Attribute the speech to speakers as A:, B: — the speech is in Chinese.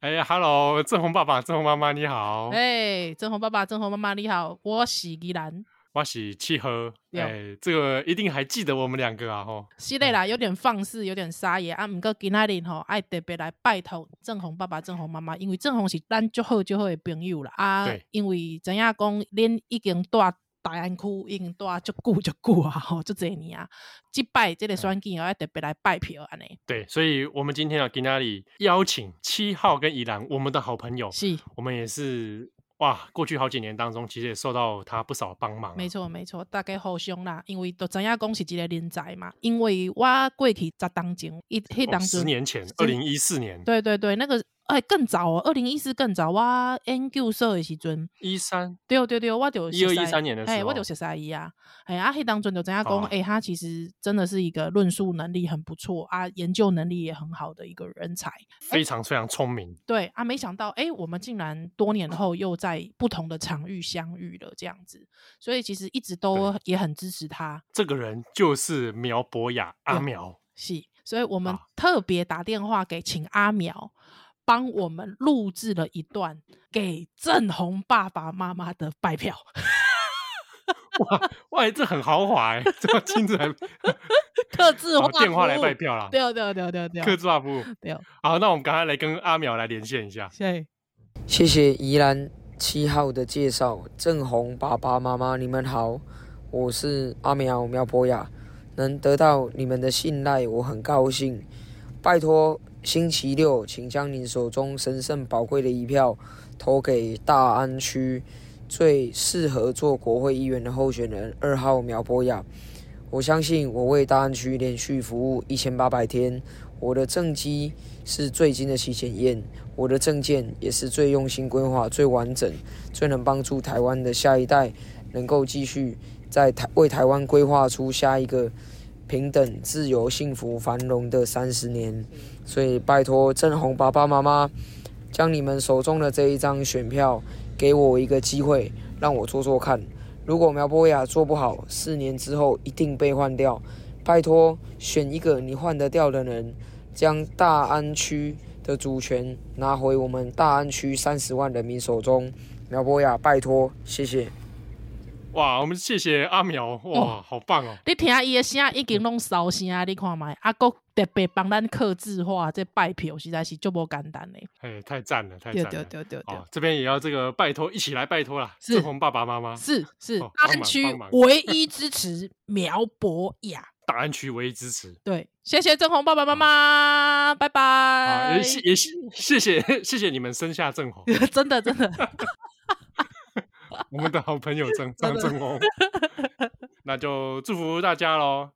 A: 哎，Hello，正红爸爸、正红妈妈，你好，
B: 哎，正红爸爸、正红妈妈，你好，我是依兰。
A: 我是契合。
B: 对
A: 哎，这个一定还记得我们两个啊，吼，
B: 是嘞啦，有点放肆，有点撒野啊。毋过今仔日吼，爱特别来拜托正红爸爸、正红妈妈，因为正红是咱足好足好的朋友啦啊
A: 对。
B: 因为知影讲恁已经住大安区，已经住足久足久啊，吼，足侪年啊。即摆即个选举哦要特别来拜票安尼，
A: 对，所以我们今天啊，给那里邀请七号跟怡兰，我们的好朋友，
B: 是
A: 我们也是哇，过去好几年当中，其实也受到他不少帮忙啊，
B: 没错，没错，大家互相啦，因为都知影讲是一个人才嘛。因为我过去十当前，伊迄
A: 哦
B: 当
A: 十
B: 阵
A: 年前，二
B: 真
A: 零一四年，
B: 对对对，那个哎更早哦，二零一四更早，我研究所的时阵，
A: 一三
B: 对对对，我就熟
A: 12 13
B: 悉
A: 年的
B: 哎
A: 时
B: 我就
A: 候
B: 识伊啊，哎啊，迄当阵就知影讲，
A: 哦
B: 哎、他其实真的是一个论述能力很不错啊，研究能力也很好的一个人才。
A: 非常非常聪明，
B: 对啊，没想到哎，我们竟然多年后又在不同的场域相遇了，这样子，所以其实一直都也很支持他，
A: 这个人就是苗博雅阿
B: 对
A: 苗。
B: 是，所以我们
A: 啊
B: 特别打电话给请阿苗帮我们录制了一段给正红爸爸妈妈的拜票，
A: 哇，这很豪华哎、 这亲 自来
B: 特制
A: 打
B: 化
A: 哦电话来
B: 服务
A: 拜。票啦，
B: 对哦对对
A: 客
B: 对对啊
A: 制化服务。
B: 对，哦
A: 好，那我们赶快来跟阿苗来连线一下。
B: 对，
C: 谢谢宜兰七号的介绍，正红爸爸妈妈，你们好，我是阿苗苗博雅，能得到你们的信赖，我很高兴。拜托，星期六请将您手中神圣宝贵的一票投给大安区最适合做国会议员的候选人二号苗博雅。我相信我为大安区连续服务一千八百天，我的政绩是最经得起检验。我的证件也是最用心规划、最完整、最能帮助台湾的下一代能够继续在台为台湾规划出下一个平等、自由、幸福、繁荣的三十年。所以拜托正红爸爸妈妈，将你们手中的这一张选票给我一个机会，让我做做看。如果苗博雅做不好，四年之后一定被换掉。拜托，选一个你换得掉的人，将大安区的主权拿回我们大安区三十万人民手中。苗博雅，拜托，谢谢。
A: 哇，我们谢谢阿苗，哇，好棒哦！
B: 你听伊的声已经拢烧声，你看麦，啊，佫特别帮咱克制化这拜票，实在是足无简单嘞。
A: 哎，太赞了，太
B: 对
A: 赞
B: 对
A: 了。
B: 对对对
A: 哦，，这边也要这个拜托，一起来拜托啦！
B: 是
A: 志宏爸爸妈妈，
B: 是是
A: 哦，帮
B: 安
A: 忙
B: 区
A: 帮忙
B: 唯一支持苗博雅。
A: 大安区唯一支持
B: 对，谢谢正红爸爸妈妈，拜拜
A: 啊！也。谢也 谢谢谢谢谢你们生下正红，
B: 真的真的，
A: 我们的好朋友正
B: 真
A: 张
B: 的
A: 正红，那就祝福大家喽！